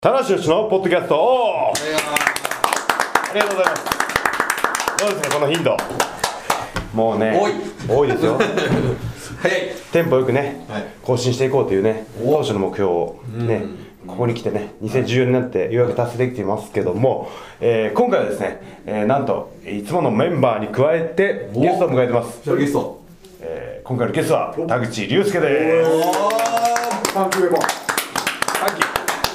田中義のポッドキャストオフありがとうございますどうですかこの頻度もうね多い多いです よ早いテンポよくね、はい更新していこうというね当初の目標をね、ここに来てね2014年になってようやく達成できていますけども、えー今回はですね、えーなんといつものメンバーに加えてゲストを迎えてます、じゃあゲストえー今回のゲストは田口龍介ですおーサンキューウェポンよ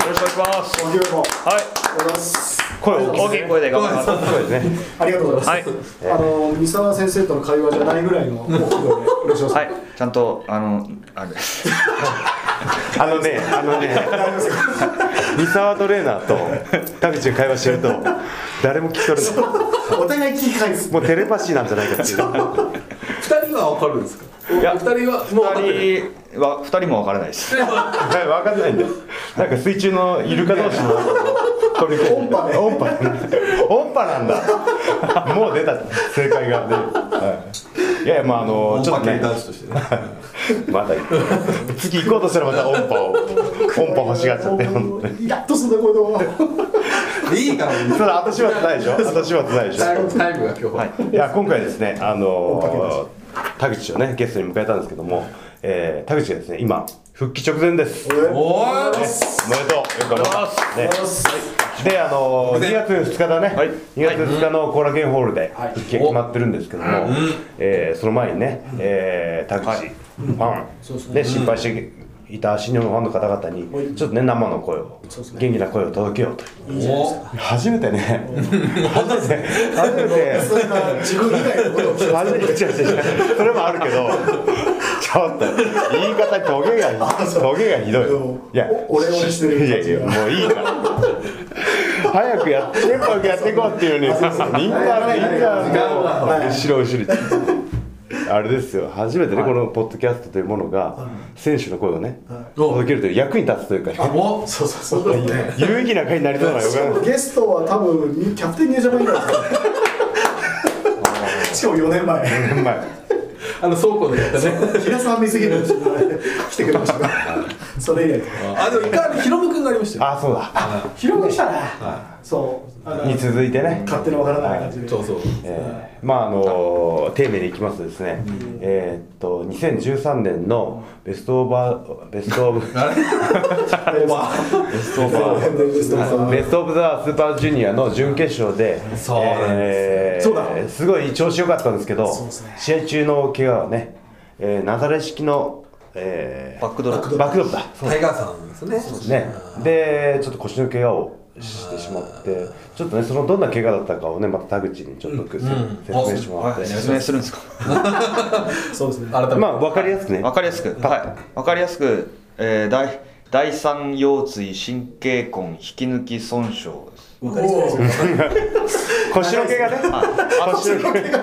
ろしくお願いします。サンキューウェポンはい。おはようございます声大大ききいい声で頑張ります。声ですねありがとうございます、あの三沢先生との会話じゃないぐらい の大きい声でお願いします、はい。ちゃんとあのあれです。あのね、あのね、三沢トレーナーと田口が会話してると、誰も聞き取れない、お互い聞き返すもうテレパシーなんじゃないかっていう、二人は分かるんですかいや二人はもう分かってる二人は二人もわからないです。分かんないんだよ、なんか水中のイルカ同士のコミュニケーション音波ね音波ね、音波なんだ、もう出た、正解がね、はい、いやいや、まあ、あの、ちょっとね、男子としてねまだ、次行こうとしたらまた音波を、音波欲しがっちゃって、本当にイラッとすんだこれでもいいからそれ、後始末ないでしょ、後始末ないでしょ。タイムタイムが今日はいいや今回ですねあのー、田口をねゲストに迎えたんですけども、えー、田口がですね今復帰直前です。おめでとうおーよくおめでとうねであのー、2月2日だね、はい2月2日の後楽園ホールではい復帰が決まってるんですけども、えーその前にね、えー、田口、ファン、そうですねね心配していた新日本のファンの方々にちょっとね生の声を、そうですね元気な声を届けようといいじゃないですか 初めてね初めて 初めてそれから自分以外のことを聞まずい違う違う違うそれもあるけどちょっと言い方トゲがトゲがひどいいやお俺をしてるいやいやもういいから早くやってテンポよくやっていこうっていうのにみんなみんなもう後ろ後ろあれですよ初めてねこのポッドキャストというものが選手の声をね届けるという役に立つというかねおそうそうそうね有意義な会になりそうな予しか感もゲストは多分キャプテンニュージャパン以来ですねしかも4年前うまいあの倉庫でやったね平沢見すぎる来てくれましたねそれ以来あでも一回あのヒロム君がありましたよあそうだ広くしたなそうあのに続いてね勝手のわからない感じでそうそうえーまああの丁寧にいきますとですね、えーっと2013年のベストオーバーベストオブベうまあストオブ ベストオブザスーパージュニアの準決勝で、そうなんですよえーそうだすごい調子良かったんですけどそうですね試合中の怪我はね、えー、なだれ式の、えーバックドロップ。バックドロップだタイガーさんですねそうでね、でちょっと腰の怪我をしてしまってちょっとねそのどんな怪我だったかをねまた田口にちょっとくせ、説明してもらっはい。て、説明するんですか。そうですね改めてまあ分かりやすくねわかりやすく。はい。わかりやすく、えー、第第三腰椎神経根引き抜き損傷です。わかりづらいですね腰の毛がね、腰の毛が、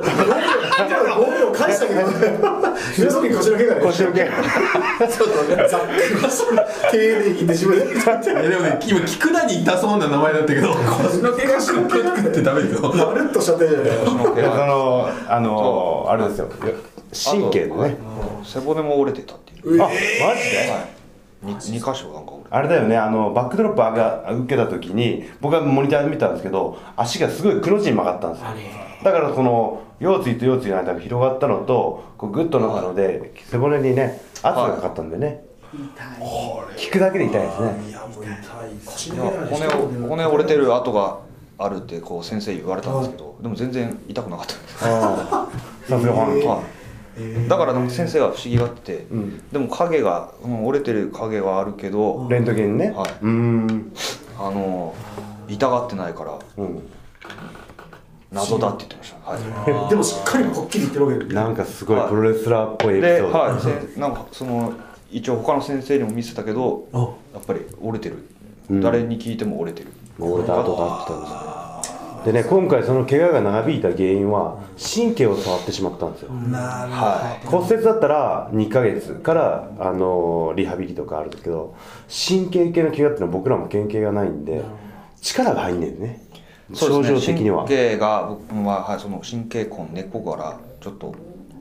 ゴミを返したけど皆さんに腰の毛がね腰の毛が、ざっくり丁寧に言って自分でいやでもね今聞くなに痛そうな名前だったけど 腰の怪我しろケックってダメですよまるっとしちゃってるじゃないそのそ怪我のあのあれですよ、神経のね、背骨も折れてたっていう。あ、マジで？二二箇所なんか折れて。あれだよね、あのバックドロップが受けた時に、僕はモニターで見たんですけど、足がすごいくの字に曲がったんですよ。だからその腰椎と腰椎の間が広がったのと、こうグッとなったので、背骨にね圧がかかったんでね、聞くだけで痛いですね。いや骨を骨折れてる跡があるってこう先生言われたんですけど、でも全然痛くなかったです。あーさすが本気。はい、だからなんか先生は不思議がってて、でも影が、うん折れてる影はあるけど、レントゲンね。はいうーん。あの痛がってないからうん。謎だって言ってました、はい、でもしっかりはっきり言ってるわけなんかすごいプロレスラーっぽいエピソーで、ド。はいせん、なんかその一応他の先生にも見せたけどやっぱり折れてる、誰に聞いても折れてる俺と後だってたんですねでね今回その怪我が長引いた原因は神経を触ってしまったんですよはい骨折だったら2ヶ月から、あのーリハビリとかあるんですけど神経系の怪我ってのは僕らも経験がないんで力が入んねんねそう症ですね状的には、神経が僕は、はい、その神経根根っこからちょっと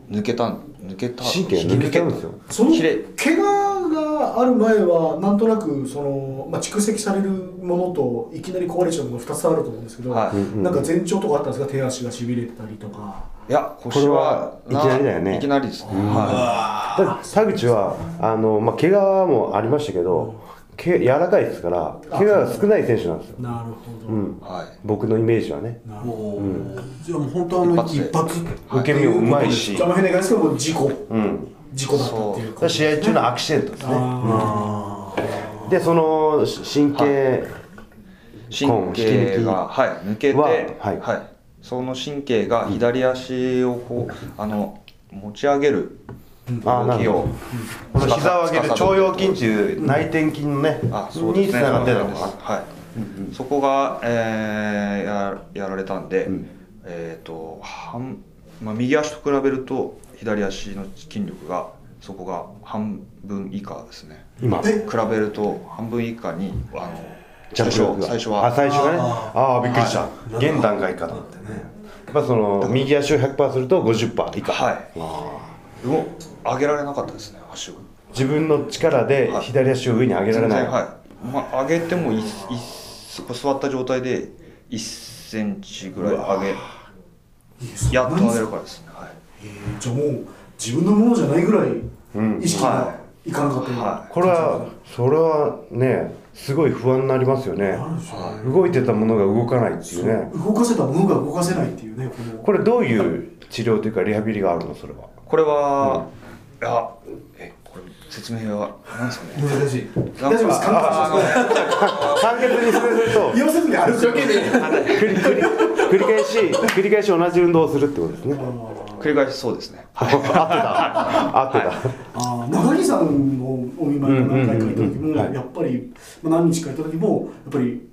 抜けた抜けた神経が抜けちゃうんですよそのきれい怪我ががある前はなんとなくその、まあ、蓄積されるものといきなり壊れちゃうものが2つあると思うんですけど、はいなんか前兆とかあったんですか手足がしびれてたりとかいや腰はこれはいきなりだよねいきなりですね、はだって田口はあの、まあ、怪我もありましたけど、け柔らかいですから怪我が少ない選手なんですよ、なるほど、うんい、はい、僕のイメージはねなるほどもう、じゃあもう本当あの一一発発受け身もうまいしじゃあ、あんま変な感じですけどもう事故うん、事故だったっていうそれか試合中のアクシデントですねあーでそのし神経神経が、はい、抜けて、ははいはいその神経が左足をこうあの持ち上げるあーな動るきほをどこの膝を上げる腸腰筋っていう内転筋のね、あそうでにすつねながってたのそうなんかですはいそこが、えーややられたんで、んえっ、と半、まあ、右足と比べると左足の筋力がそこが半分以下ですね今比べると半分以下にあのジャ最ンプ力初が最初あは最初がねあああーびっくりした、現段階かと思ってねやっぱその右足を100%すると50%以下、はいあもう上げられなかったですね足をー自分の力で左足を上に上げられ全ない、然はい、まあ、上げてもい一こう座った状態で1センチぐらい上げやっと上げるからですね、はいえーじゃあもう自分のものじゃないぐらい意識がはいかなかったようなはこれはそれはねすごい不安になりますよねあるでしょうね動いてたものが動かないっていうね動かせたものが動かせないっていうねこのこれどういう治療というかリハビリがあるのそれはこれは、いやえこれ説明はなんですかね難しいなん 大丈夫ですかか簡潔に説明すると要するにあるだけで繰り繰り繰り返し繰り返し同じ運動をするってことですね繰り返しそうですね合ってた合ってたあー中木さんのお見舞いの何回か行った時うんうんうんうんもはいやっぱりまあ何日か行った時もやっぱり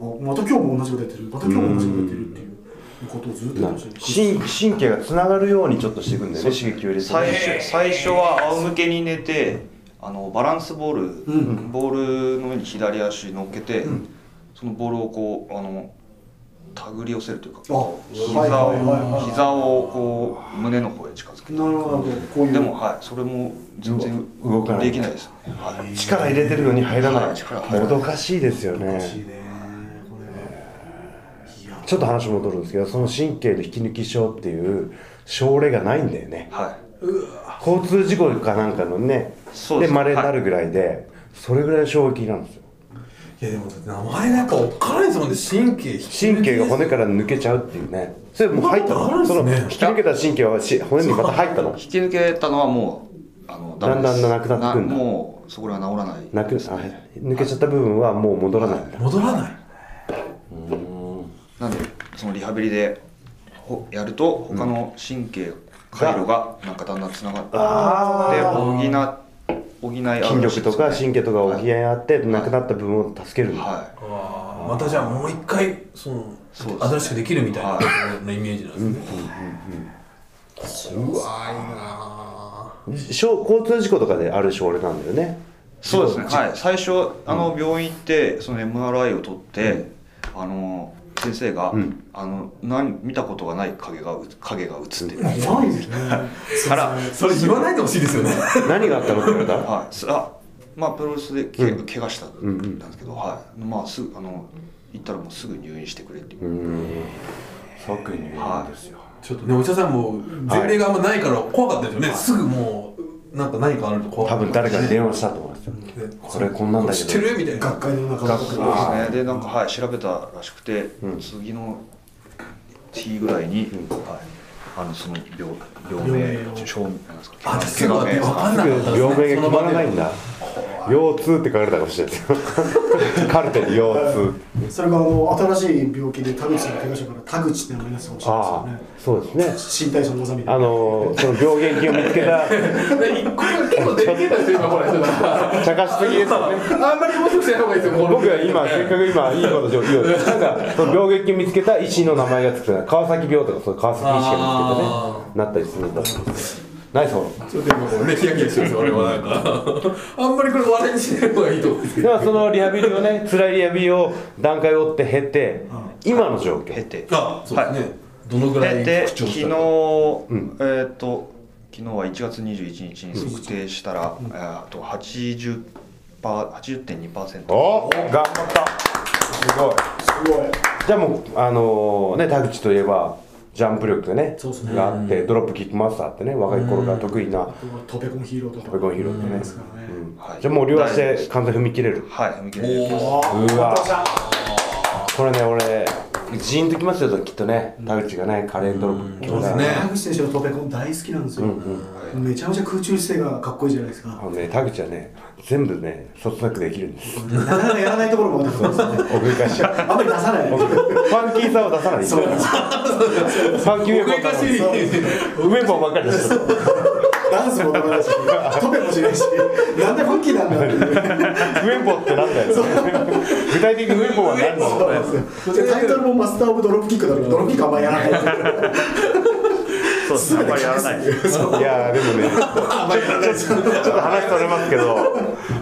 あまた今日も同じことやってるまた今日も同じことやってるっていうことをずっとやってましたね神神経がつながるようにちょっとしていくんだよね刺激を入れて最ね初最初は仰向けに寝てあのバランスボール、うんボールの上に左足乗っけて、そのボールをこうあの手繰り寄せるというあか膝を、はいはいはいはい膝をこう胸の方へ近づけてなるほどこういうでもはいそれも全然動かないできないですね、はい、力入れてるのに入らないはい力入らもどかしいですよおかしいねねこれはいやちょっと話戻るんですけどその神経の引き抜き症っていう症例がないんだよねは交通事故かなんかのねそうでですまれになるぐらいでそれぐらいの衝撃なんですよいやでも名前なんかおっかないですもんね神経引き抜き神経が骨から抜けちゃうっていうねそれもう入ったそんなのこそとあるんのですね引き抜けた神経はし骨にまた入ったのい引き抜けたのはもうあのダメだでんすだんなくなってくんだもうそこらは治らないなくあ抜けちゃった部分はもう戻らないんだ戻らないなんでそのリハビリでほやると他の神経回路がなんかだんだんつながって補い補い合うらし筋い力とかですね神経とか補い合ってなくなった部分を助けるんだはまたじゃあもう一回そのそうですね新しくできるみたいなのイメージなんですね怖いな小交通事故とかである症例なんだよねいそうですねはい最初あの病院行ってその MRI を取ってあの先生が、あの何見たことがない影がう影が映ってる、怖いですねあらぁそれ言わないでほしいですよね何があったのって言われたはい、すあまあプロレスでけ、怪我したんですけど、はいまあすぐあの行ったらもうすぐ入院してくれっていう、即入院ですよちょっとねお医者さんも前例があんまないから怖かったですよね、すぐもうなんか何かあると怖い多分誰かに電話したと思うんですよこれこんなんだけど知ってるみたいな学会の中だとそうですねでなんかはい調べたらしくて、次の日ぐらいに、はいあのその病病名証明なんですあかれすぐ分かんなかったですね病名が決まらないその場でんだ腰痛って書かれたかもしれないですよカルテに腰痛それがあの新しい病気で田口さんが怪我したから田口って名前になってたかもしれあないあですそうですねよね身体操の技みたあいなのその病原菌を見つけたね一個が結構できたですよ 今これ茶化しすぎですよねあんまり面白くしない方がいいですよ僕は今せっかく今いいこと言おうなんかその病原菌見つけた医師の名前がつくから川崎病とかそう川崎医師が見つけてねなったりするんだナイスフォローちょっと今こうねヒヤヒヤしてますよ俺はなんか あんまりこれ笑いにしない方がいいと思うんですけではそのリハビリをね辛いリハビリを段階を追って経て今の状況経てどあそうですね、どのぐら経いて復昨調日、したえっ、と昨日は1月21日に測定したら、えーあと80パー80.2%お頑張ったすごいすごいじゃあもうあのね田口といえばジャンプ力がねそうですねがあってドロップキックマスターってね若い頃から得意な飛べ込むヒーローとか飛び込みヒーローってねですからねうんはいじゃあもう両足で完全に踏み切れるはい踏み切れてますおーうわ本当だこれね俺ジーンときますよきっとね田口がねカレードロップキッそうクですがねね田口選手の飛べ込み大好きなんですよ、めちゃめちゃ空中姿勢がかっこいいじゃないですあか、のね田口はね全部ねそつなくできるんですなかなかやらないところもあるんですよね 奥ゆかしいフあんまり出さないァンキーさを出さないそうファンキーウェーブばっかり奥ゆかしいウェーブばっかりですダンスも踊らないし飛べもしないしなんでファンキーなんだっていうウェンボってなんだよ。具体的にウェンボは何なのでタイトルもマスター・オブ・ドロップキックだけどドロップキックあんまりやらないそうですねあんまりやらないですいやーでもね、ちょっとちょっと話取れますけ ど、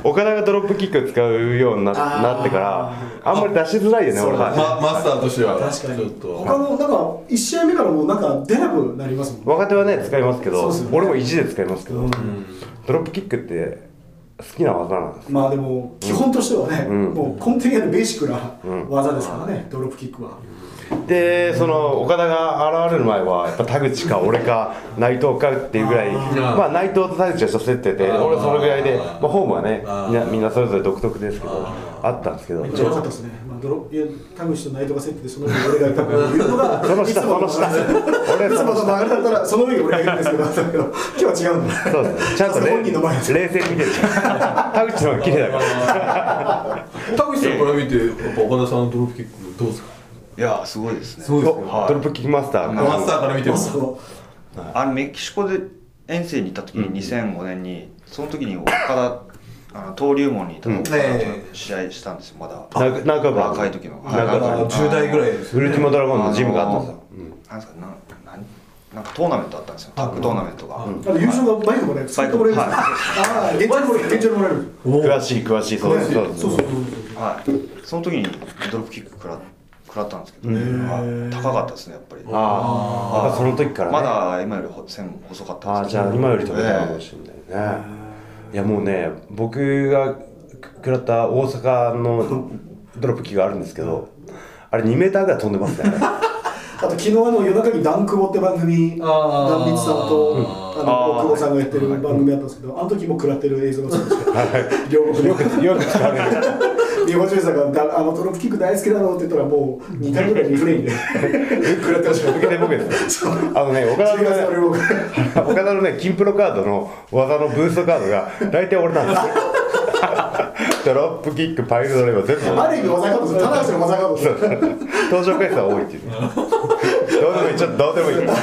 岡田がドロップキックを使うようになあーなってから、あんまり出しづらいよね、俺は。まマスターとしては確かちょっにと他のなんか1試合目からもうなんか出なくなりますもんね若手はね、使いますけそうどですよ、ね俺も意地で使いますけど、ドロップキックって好きな技なんです。まあでも基本としてはね、んもう根底にあるベーシックな技ですからね、ドロップキックは、で、その岡田が現れる前は、やっぱ田口か俺か内藤かっていうぐらい、あーまあ内藤と田口はちょっと競ってて、あー俺そのぐらいで、まあフォームはねあみー、んなみんなそれぞれ独特ですけど、あったんですけどめっ。ちゃ良かったですね、まあ、ドロいや田口と内藤が競ってて、その上に俺がいたからいうのが、 その下、その下。俺いつそものの流れ下。だったら、その上に俺がいるんですけど、今日は違うんだ、そうですね。ちゃんとさすがね本人の前です冷静に見てる。田口の方が綺麗だから。 田口さんから見てやっぱ岡田さんのドロップキックどうですかいやーすごいですねすごいですねおドロップキックマスターが。マスターから見てもそうあのメキシコで遠征に行った時に2005年にその時に岡田あの登竜門にいた岡田えと試合したんですよまだナナーカブラ若い時のナーカブラはいあ10代ぐらいですウルティマドラゴンのジムがあったんですよ。なんですかなんなんなんかトーナメントあったんですよタッグトーナメントが、あと優勝がバイクもらえる、スケートもらえる、はいああ、現状にもらえる、現状にもらえる、詳しい詳しいそうですそうですそうそうそうそう、はい、その時にドロップキック食ら食らったんですけど、はい高かったですねやっぱりああ、やっぱその時からね。まだ今よりほ線細かったあんあでじすけどゃあ今より飛べたかもしれないね、いやもうね僕が食らった大阪のドロップ機があるんですけどあれ2メーターぐらい飛んでますねあと昨日あの夜中にダンクボって番組、あーダンミツさんうんと、あのあ久ー保さんがやってる番組あったんですけど、あの時も食らってる映像があったんですけど、両国でよくよく使われる美穂純さんがだあのトロップキック大好きだろうって言ったらもう2回ぐらいリフレインで食らってました僕で僕ですあのね岡田のそねれも岡田のね金プロカードの技のブーストカードが大体俺なんですよドロップキックパイルドライバー全部ある意味技かもしれないただしの技かもしれない登場回数は多いっていうねどうでもいいちょっとどうでもいいでも戻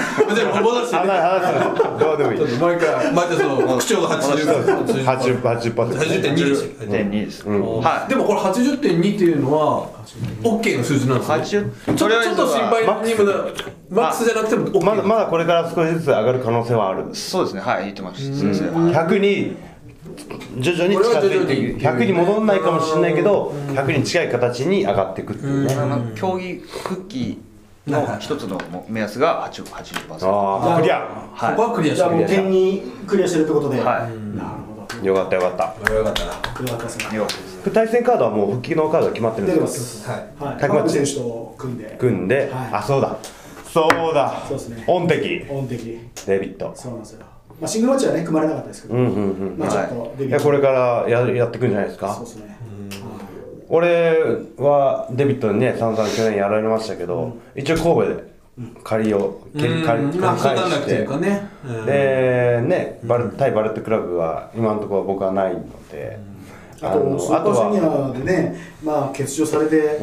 して話話すのどうでもいいちょっともう一回またその口調が80 80%, 80% 80.2ですよね10.2です、はいでもこれ80.2っていうのは OK の数字なんですね80ちょとりあえちょっずとは心配にもなマックスじゃなくても OK まだまだこれから少しずつ上がる可能性はあるんです。そうですねはい言ってました先生はい100に徐々に近づいていく。100に戻んないかもしれないけど、100に近い形に上がっていくっていうね。あの競技復帰の一つのもう目安が80 80%ああ、クリア。そこはクリアしてじゃあくもれう点にクリアしてるってことで、はなるほどよかったよかった。よかったなよかったですねよしですこれ対戦カードはもう復帰のカードが決まってるん出でてすまよ。すはいはいタッグマッチ選手と組んで組んで、はいあ、そうだ。そうだ。そうですねオンテキ、オン的デビット。そうなんですよまあシングルマッチはね組まれなかったですけど、うんうんうん。まあちょっとデいビュやーこれからややっていくんじゃないですかそうですね俺はデビットにね散々去年やられましたけど、一応神戸で借りを、けうん借りまあ借り負返担なしてくというかねうんでねバル対バレットクラブは今のところは僕はないので、あとスーパージュニアでね、まあ、欠場されて、で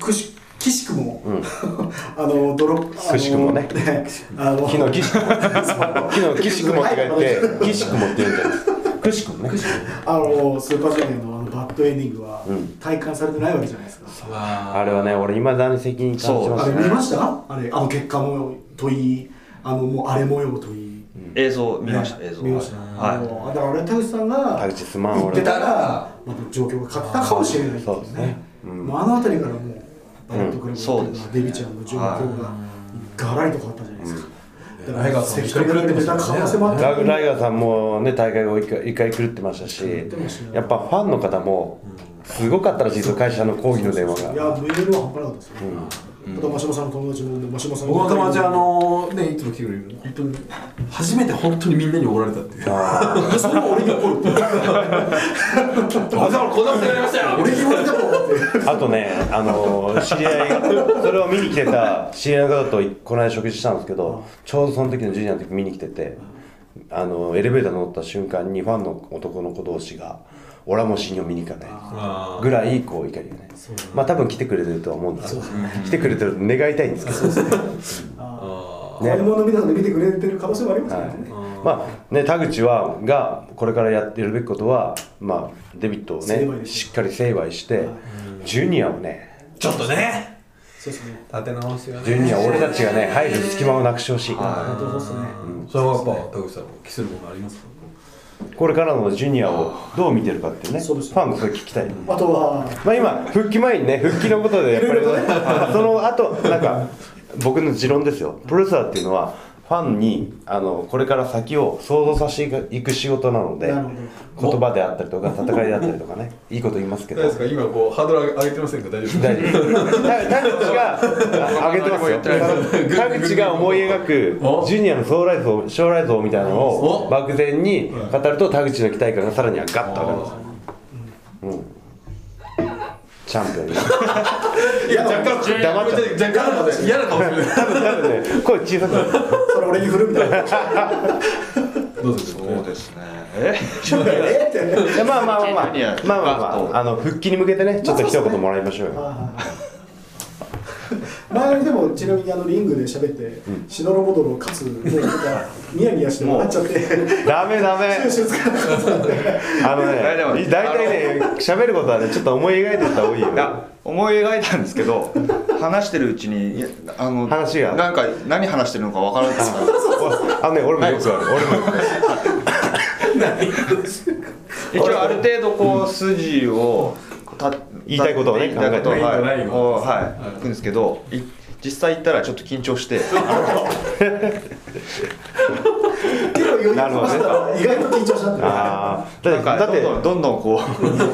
くし岸君も、 あのドロップ、あのくしくもねあ の昨日岸君昨日岸君もって書いて岸君もって言うんだよくしくもねあのスーパージュニアのあのバッドエンディングは、体感されてないわけじゃないですか。まああれはね俺いまだに責任感じまあすれね見ました？あれあの結果模様といい、あのもうあれ模様といい。映像見ました、ね映像見ました。あはいのだからあれ田口さんが田口すまん言ってたら、俺まあ、状況が変わったかもしれないっていそうですねもうあの辺りからもうバレットクラブのそうですねデビちゃんの状況がガラリと変わったじゃないですか。だかライガらーさんせもっ一回くれかくやっててましたね出た可能性もあったラグライガーさんもね大会を一回一回狂ってましたしってましたねやっぱファンの方もすごかったらしいですよ会社の抗議の電話いがやメールは半端なかったですよ、あと真島さんの友達も真島さん僕の友達ああのねいつも来てくれる本当に初めて本当にみんなに怒られたっていうあそれも俺に怒るってわざわざこんなことやりましたよ俺に言われてもってーあとねあの知り合いがそれを見に来てた知り合いの方とこの間食事したんですけどちょうどその時のジュニアの時見に来ててあのエレベーター乗った瞬間にファンの男の子同士が「俺はもう死にを見に行かない」あぐらいこう怒りがねそうまあ多分来てくれてるとは思うんですけど来てくれてると願いたいんですけどあああ子供の皆さんで見てくれてる可能性もありますかはらね、い、まあね田口はがこれからやってるべきことは、まあ、デビットを成敗ねですしっかり成敗して、はいジュニアをねちょっとねそうですね立て直すよねジュニア俺たちがね入る隙間をなくしてほしい、本当そうですね、それはやっぱ田口さんも期するものありますかこれからのジュニアをどう見てるかっていうねそうですねファンがそれ聞きたい、あとはまあ、今復帰前にね復帰のことでやっぱ り、その後なんか僕の持論ですよプロレスラーっていうのはファンにあのこれから先を想像させていく仕事なのでなる言葉であったりとか戦いであったりとかねいいこと言いますけど大丈夫ですか今こうハードル上げてませんか大丈夫ですか大丈夫た田口が上げてますよ田口が思い描おくジュニアの将来像将来像みたいなのをお漠然に語ると田口の期待感がさらに上がっと上がりますうんチャンピオンにいや若干黙っちゃ若干嫌な顔する多分多分ね声小さくなるそれ俺に振るみたいなどうぞどうそうぞですねええっていやまあまあまあまあジュニアまあまあまああの復帰に向けてねちょっと一言もらいましょうはいよはいはい前でもちなみにあのリングで喋って、シノロボドロを勝つもうなんかニヤニヤして笑っちゃってダメダメ収集つかなかったんであの大丈夫ね大体ね喋ることはねちょっと思い描いてた方がいいよいや思い描いたんですけど話してるうちにいやあの話がなんか何話してるのかわからなくなったあのね俺もよくある俺もよくある一応ある程度こう筋をた言いたいことをね言いたいことを考えてはいラインををはい行くんですけどい実際行ったらちょっと緊張して手の余裕ながる出ほどまねしたら意外と緊張しちゃってああなんだかっどてんどんどんどんこう違う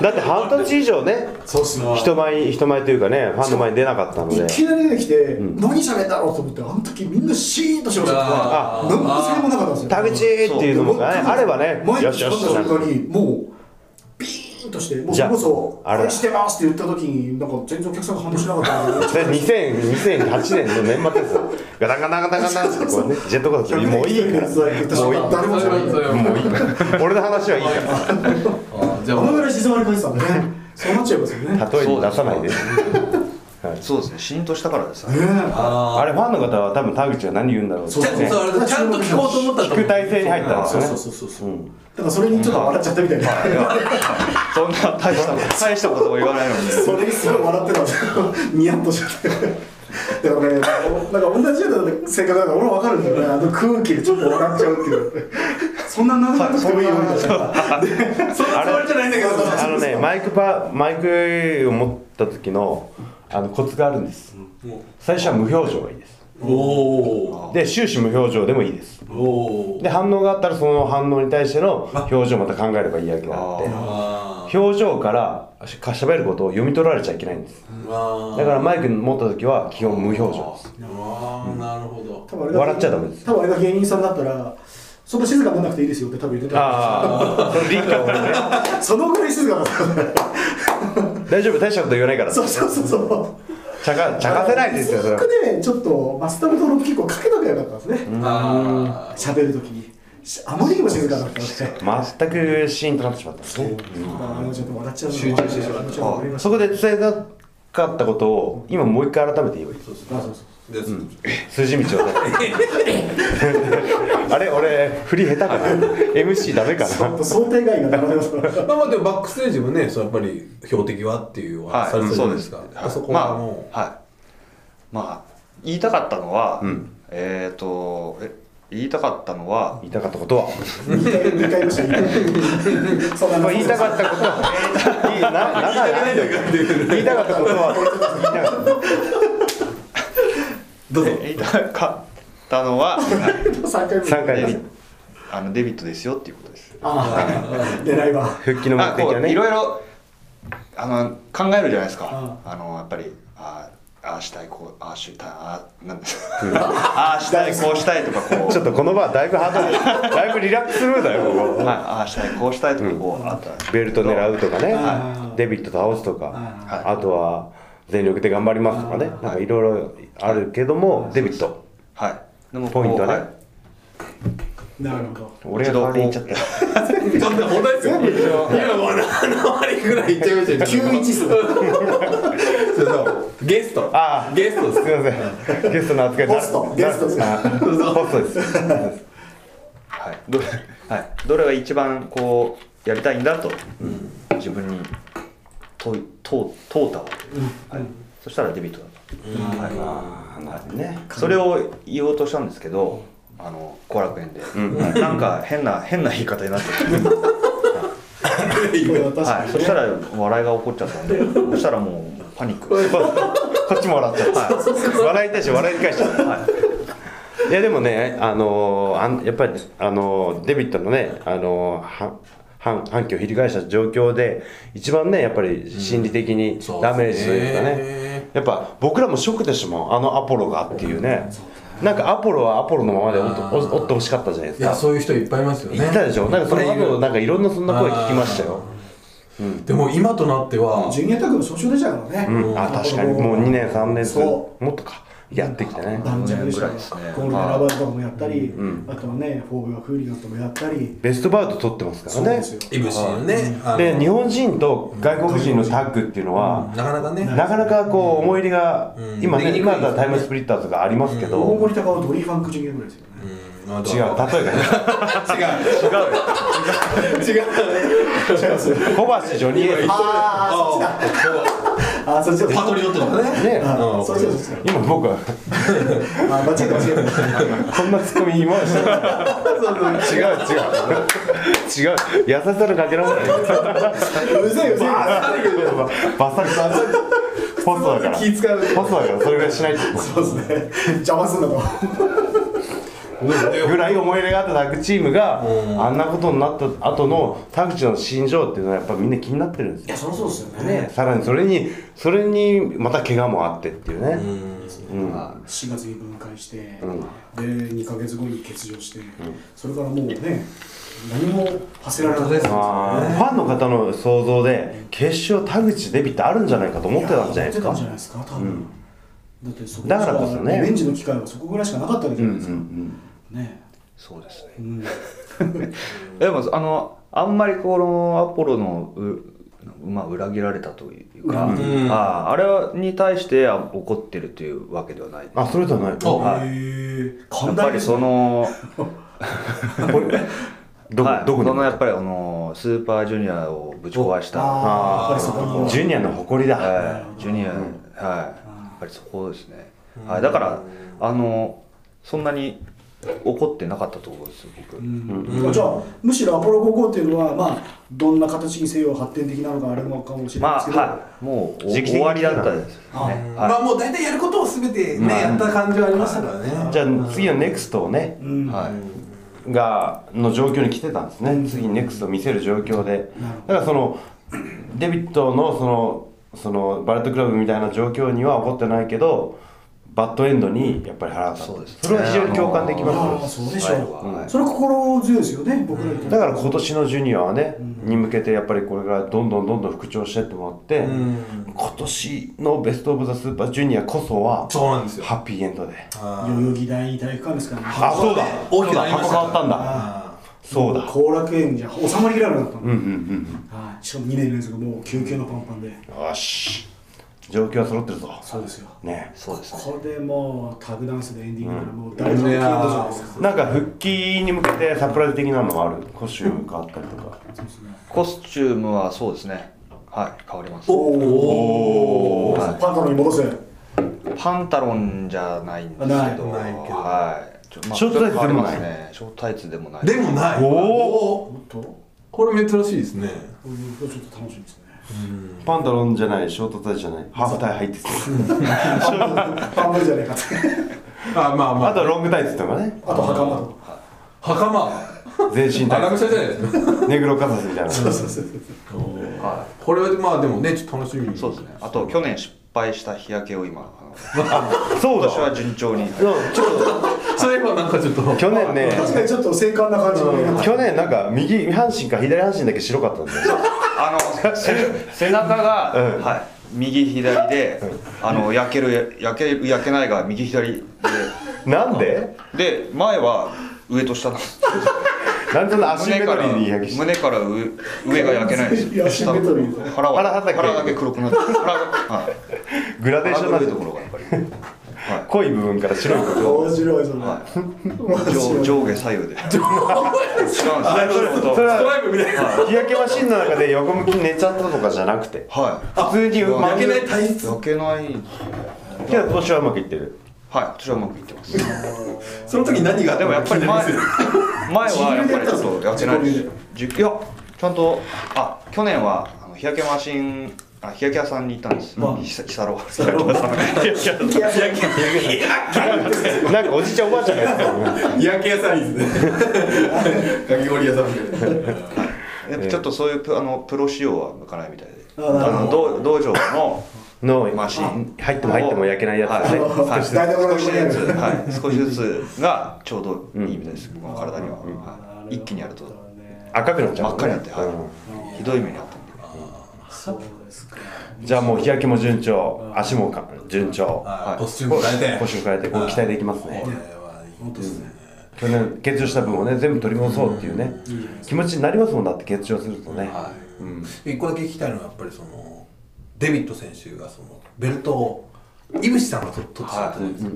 だって半年以上ねそうっすな人前に人前というかねファンの前に出なかったのでいきなり出てきて、ん何喋んだろうと思ってあの時みんなシーンとしてましたからあ何もそれもなかったんですよ田口っていうのもねあればね毎よ日し噛よしんだ瞬間にもうビーンとしてもうじそゃあれこそ「あれだ愛してます」って言った時になんか全然お客さんが反応しなかったのでで2000 2008年の年末ですよガタンガタンガタンガタンってこうねジェットコースターもういいからもういい誰も知らないもういいから俺の話はいいかあじゃああのぐらい静まり返ってたんでねそうなっちゃいますよねら例えに出さないでそうですね浸透したからですねえああれファンの方は多分田口は何言うんだろうってそうーそうねそうあれちゃんと聞こうと思ったと聞思うく体制に入ったんですそようねそうそうそうそううんだからそれにちょっと笑っちゃったみたいなそんな大した大したことも言わないのにそれにすごい笑ってたん ですよニヤッとしちゃってだからねなんか同じような性格だから俺は分かるんだよねあの空気でちょっと笑っちゃうっていうそんな長くてもいいよみたいなそんなつもりじゃないんだけどあのねマイクパマイクを持った時のあのコツがあるんです、最初は無表情がいいですおーで終始無表情でもいいですおーで反応があったらその反応に対しての表情をまた考えればいいわけであっあて表情からしか喋ることを読み取られちゃいけないんですーあーだからマイク持った時は基本無表情ですあーなるほど多分あれ笑っちゃダメです多分あれが芸人さんだったらそんな静かにならなくていいですよって多分言ってたああその理解をね そのぐらい静かだった から大丈夫大したこと言わないからちそゃうそうそうそうかちゃかせないですよそれは僕ねちょっとマスタブ登録結構かけとけばよかったんですねあ喋るときにしあまりにも静かだったので全くシーンとなってしまったんですねあのちょっと笑っちゃうの集中してしまったもちろんわかりましたそこで伝えたかったことを今もう一回改めて言えばいいあそうそうーです筋道をね あれ俺振り下手かな MC ダメかちょっなと想定外が並んでますから まあまあでもバックステージもねそうやっぱり標的はっていうおは話されてい、るじゃなそいうでですすか、はいあそこはもまあ、はいまあ言いたかったのは、んえっ、とえ言いたかったのは言いたかったことは二回二回もしたそんな言いたかったことはいいな長い言いたかったことは言いたかっどうぞえー買ったのは3回目3回デ目ビあのデビットですよっていうことですああ狙いは復帰の目あこ的はういねろいろあの考えるじゃないですかうあのやっぱりあああしたいこうああしたいああなんです ああしたいこうしたいとかこうちょっとこの場はだいぶハードルだいぶリラックスムードだよここはい、ああしたいこうしたいとかこうあったんですけベルト狙うとかね、はいデビット倒すとか、はあとは全力で頑張りますとかね、なんかいろいろあるけども、デビット、どはいでもポイントねはいなるほど俺が代わりに言っちゃっそんな問題ですよ。今もう7割ぐらいいっちゃいましたよ。 91数 そうそうゲスト。あーゲストです。た。すみません、ゲストの扱いポストゲストですあポストです。はいどれ,、はい、どれが一番こうやりたいんだと、自分に問い問う問うたわけです、はい、そしたらデビットだと、はいああ、なるほどね。それを言おうとしたんですけど、あの後楽園で、なんか変な変な言い方になっちゃって、これは確はかい、にそしたら笑いが起こっちゃったんで、そしたらもうパニック。こっちも笑っちゃった。笑いたいし、笑い返しちゃった。いやでもね、あのーあんやっぱり、あのーデビットのね、あのーは反反旗を翻した状況で一番ねやっぱり心理的にダメージというかね,、やっぱ僕らもショックでしょあのアポロがっていうねなんかアポロはアポロのままでおっとおおってほしかったじゃないでいすやかそういう人いっぱいいますよね。言ったでしょなんかそいっのぱいいる後なんかいろんなそんな声聞きましたよでも今となってはジュニアタッグの総称出ちゃうのね、うん、あ確かにもう2年3年ずそもっとかやってきてねダンジャンでしょ、五年ぐらいですねゴールデンラバーとかもやったり、あとはね、フォーブがフーリガンともやったり、ベストバウト取ってますからそうでねすよ。イブシのね。あので日本人と外国人のタッグっていうのは、なかなかね。なかなかこう思い入れが、うん今でねきにくい今だったらタイムスプリッターズがありますけど、大違う森高はドリーファンクジュニアぐらいですよね。うんあと例えはばね違う違う。小橋ジョニーエイジああ、あーそっちだ。パトリオットとかね。ねあうーんそうそうそう。今僕はあ間違えた間違えこた。んなツッコミ今までした違う違う違う優しさのかけらもないうぜいうぜバッサリバッサリポストだから気使うポストだからそれぐらいしないとそうですね。邪魔すんだと。ぐらい思い入れがあったタッグチームがあんなことになった後のタッグチの心情っていうのはやっぱみんな気になってるんですよや、そりゃそうですよね。さらにそれにそれにまた怪我もあってっていうね、 4月に分解して、で、2ヶ月後に欠場して、それからもうね、何もさせられなかった。あーファンの方の想像で決勝田口デビってあるんじゃないかと思ってたんじゃないです思っかてたんじゃないですか、多分。だってそこだからこそねリベンジの機会はそこぐらいしかなかったわけじゃないですか。ねそうですねえ。うん でもあのあんまりこのアポロのう、まあ、裏切られたというか、んあああれに対してあ怒ってるというわけではないあそれじゃないおはいへえ、や寛っぱ大でりすねそのどこ、はい、どこそのやにっぱりあのスーパージュニアをぶち壊した、はああ、やっぱりそこには。ジュニアの誇りだ、い、ジュニア、はいやっぱりそこですね、はい、だからあのそんなに怒ってなかったと思うんですよう僕、んじゃあむしろアポロ5号っていうのはまあどんな形にせよ発展的なのかあれのかもしれないでまあすけど、はいもうお時期的に終わりだったですねあまあもう大体やることをすべてねやった感じはありましたからね。じゃあ次のネクストをねうんはい、はいがの状況に来てたんですね次にネクストを見せる状況でだからそのデビットのそのそのバレットクラブみたいな状況には起こってないけどバッドエンドにやっぱり腹が立そうっでたすねそれは非常に共感できあまあすそうでしょう、はいそれは心強いですよね僕らにとってだから今年のジュニアはね、に向けてやっぱりこれからどんどんどんどん復調してってもらって、今年のベスト・オブ・ザ・スーパージュニアこそはそうなんですよ。ハッピーエンドであ代々木第二体育館ですからねあそうだ大きくなりま箱した変わったんだあそうだ後楽園じゃ収まりきらなかったの、うんうんうんはいしかも2年連続もう休憩のパンパンでうんよし状況は揃ってるぞそうですよねそうですねこれでもうタグダンスでエンディングならもう誰でも聞いたじゃないですか、なんか復帰に向けてサプライズ的なのがあるコスチュームがあったりとかそうですねコスチュームはそうですねはい変わりますおおはパンタロンに戻せパンタロンじゃないんですけどなないいけどはいちょまあショートタイツでもないちょっと変わりますねショートタイツでもなーいでもない。おお。おっとここれ珍しいですね。れちょっと楽しみですねパンタロンじゃないショートタイツじゃないハーフタイ入ってたパンパンじゃねえかってあまあまああとはロングタイツとかねあと袴とか袴全身タ荒イ草じゃないですかツネグロカサスみたいなそうそうそうはこれはまあでもねちょっと楽しみにい、そうですねあと去年失敗した日焼けを今あのそう今だ年は順調に、はいうんちょそういえばなんかちょっと去年ね確かにちょっと精悍な感じのね去年なんか右半身か左半身だけ白かったんですよあ のせ背中が、うんはい、右左で、あの焼ける焼ける焼けないが右左でなんでで前は上と下なんですなんでそんなアシンメ胸かトリらーに焼きして胸から上上が焼けないんいやでアすシよンメトリー下腹は腹だけ腹だけ黒くなって腹が、はい、グラデーショ腹ンなんがです黒いとよころがやっぱり、は濃い部分から白い部分面白いそれい、上面白い上下左右で違うんですよ本そ当れドはライブみたいな日焼けマシンの中で横向きに寝ちゃったとかじゃなくてはい普通に負けないけ体質焼けないど今年はうまくいってるはい今年はうまくいってますその時何があでもやっぱり前前気はやっぱりちょっとやってないですじゅいやちゃんとあ去年はあの日焼けマシンあ日焼け屋さんに行ったんですひさひさろう焼けなんかおじいちゃんおばあちゃんがやってたもんね日焼け屋さんいいですねかき氷屋さんみたいなやっぱちょっとそういうプあのプロ仕様は向かないみたいでああなるほどの道道場ののマシン入っても入っても焼けないやつはいねはい 大体同少じしずつはい少しずつがちょうどいいみたいです僕の体にははい一気にやると赤くなっちゃう真っもん赤ねになってはういひどい目にあったんでそうですかんじゃあもう日焼けも順調足もか順調あーはいコスチューム変えて腰を変えてこう期待できますねこれはいい本当ですね去年欠場した分をね全部取り戻そうっていうね気持ちになりますもんだって欠場するとねはい一個だけ聞きたいのはやっぱりそのデビット選手がそのベルトを井口さんが取取ってしまったじゃないですか、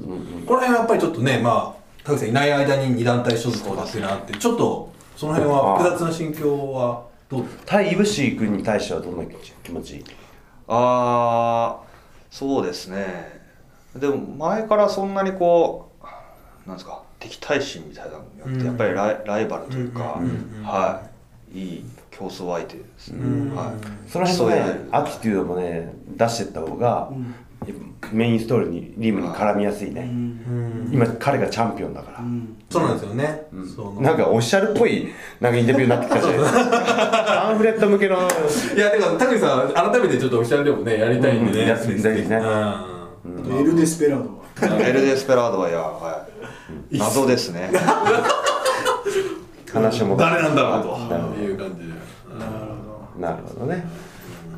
この辺はやっぱりちょっとねまあ田口さんいない間に二団体所属を出してなってちょっとその辺は複雑な心境はどう対イブシー君に対してはどんな気持ちああそうですねでも前からそんなにこうなんですか敵対心みたいなのもなくてやっぱりライライバルというか、はいいい競争相手ですね、はいその辺競いの合えねるアティテュードもね出してった方がメインストーリーにリームに絡みやすいね今彼がチャンピオンだからそうなんですよね、そのなんかオフィシャルっぽいなんかインタビューになってきたじゃないですかパンフレット向けのいやてか田口さん改めてちょっとオフィシャルでもねやりたいんでね、うんやってみたいですねうんエルデスペラードはエルデスペラードはや、はい、謎ですね話も誰なんだろうという感じで、なるほどね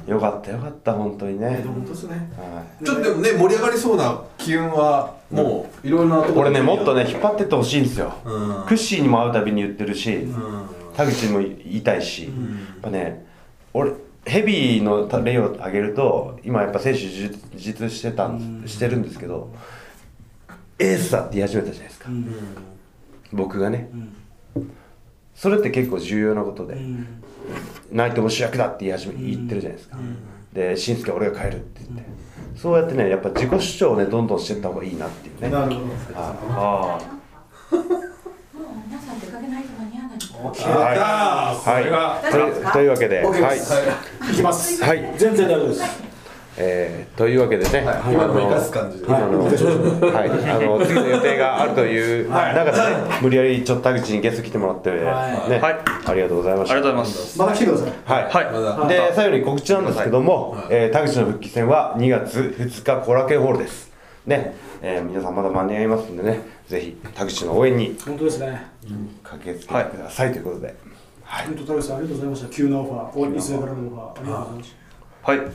よかったよかった本当にね本当ですねはいちょっとでもね盛り上がりそうな機運はもういろいろなところ俺でねもっとね引っ張ってってほしいんですよ、うんクッシーにも会うたびに言ってるし、田口にも言いたいし、やっぱね俺ヘビーの例を挙げると今やっぱ選手充実してたんですしてるんですけどエースだって言い始めたじゃないですか、僕がね、それって結構重要なことで、内藤も主役だって言い始め言ってるじゃないですか、で新助は俺が変えるって言って、そうやってねやっぱ自己主張をねどんどんしていった方がいいなっていうねなるほあ皆さん出かけないと間に合わないのどあはいはい、それはというというわけで、 OK はでいす、はいいきますはい全然大丈夫ですえーというわけでね、はい今のも生かす感じで、あの、はい、あの、次の予定があるという中でね、無理やりちょっと田口にゲスト来てもらって、ね、はいはいありがとうございましあた。りがとうございますまた来てくださいはい、はい、まだで、最後に告知なんですけども、えー田口の復帰戦は2月2日、コラケホールです。ね、えー皆さんまだ間に合いますんでね、ぜひ田口の応援に本当ですね駆けつけてくださいということで。はい、本当田口さんありがとうございました急なオファーお伊勢からのオファーありがとうございましはいはい、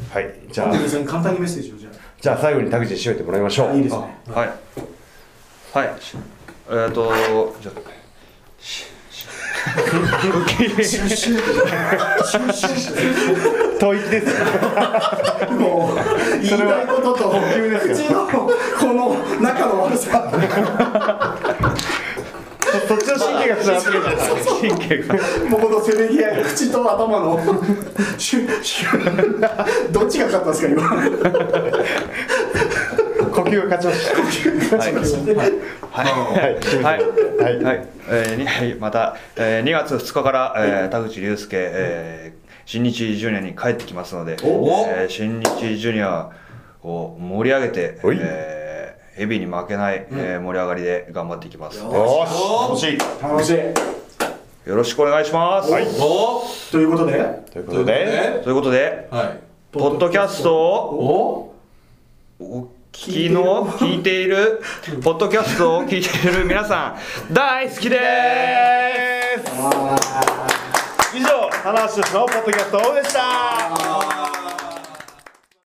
じゃたあ田、口さん簡単にメッセージをじゃじゃあ最後に田口に締めてもらいましょあう。いいですねはいはいしえっ、ー、とじゃあ遠いです。もう言いたいことと口のこの仲の悪さそっちの神経がつながってるから神経が。もうこのせめぎ合い口と頭の シュッシュッどっちが勝ったんですか今呼吸が勝ちました。はいはい、はい、はい、はい、えーにはい、また、えー、2月2日から、えー、田口龍介、えー、新日ジュニアに帰ってきますので、えおー、新日ジュニアを盛り上げて、おいえヘビーに負けない、えー盛り上がりで頑張っていきます。よよし欲しい楽しいろしくお願いします。おということでということでということで、はいポッドキャストをおお聞きの聞いている ポッドキャストを聞いている皆さん大好きでーす以上、花橋のポッドキャストでした。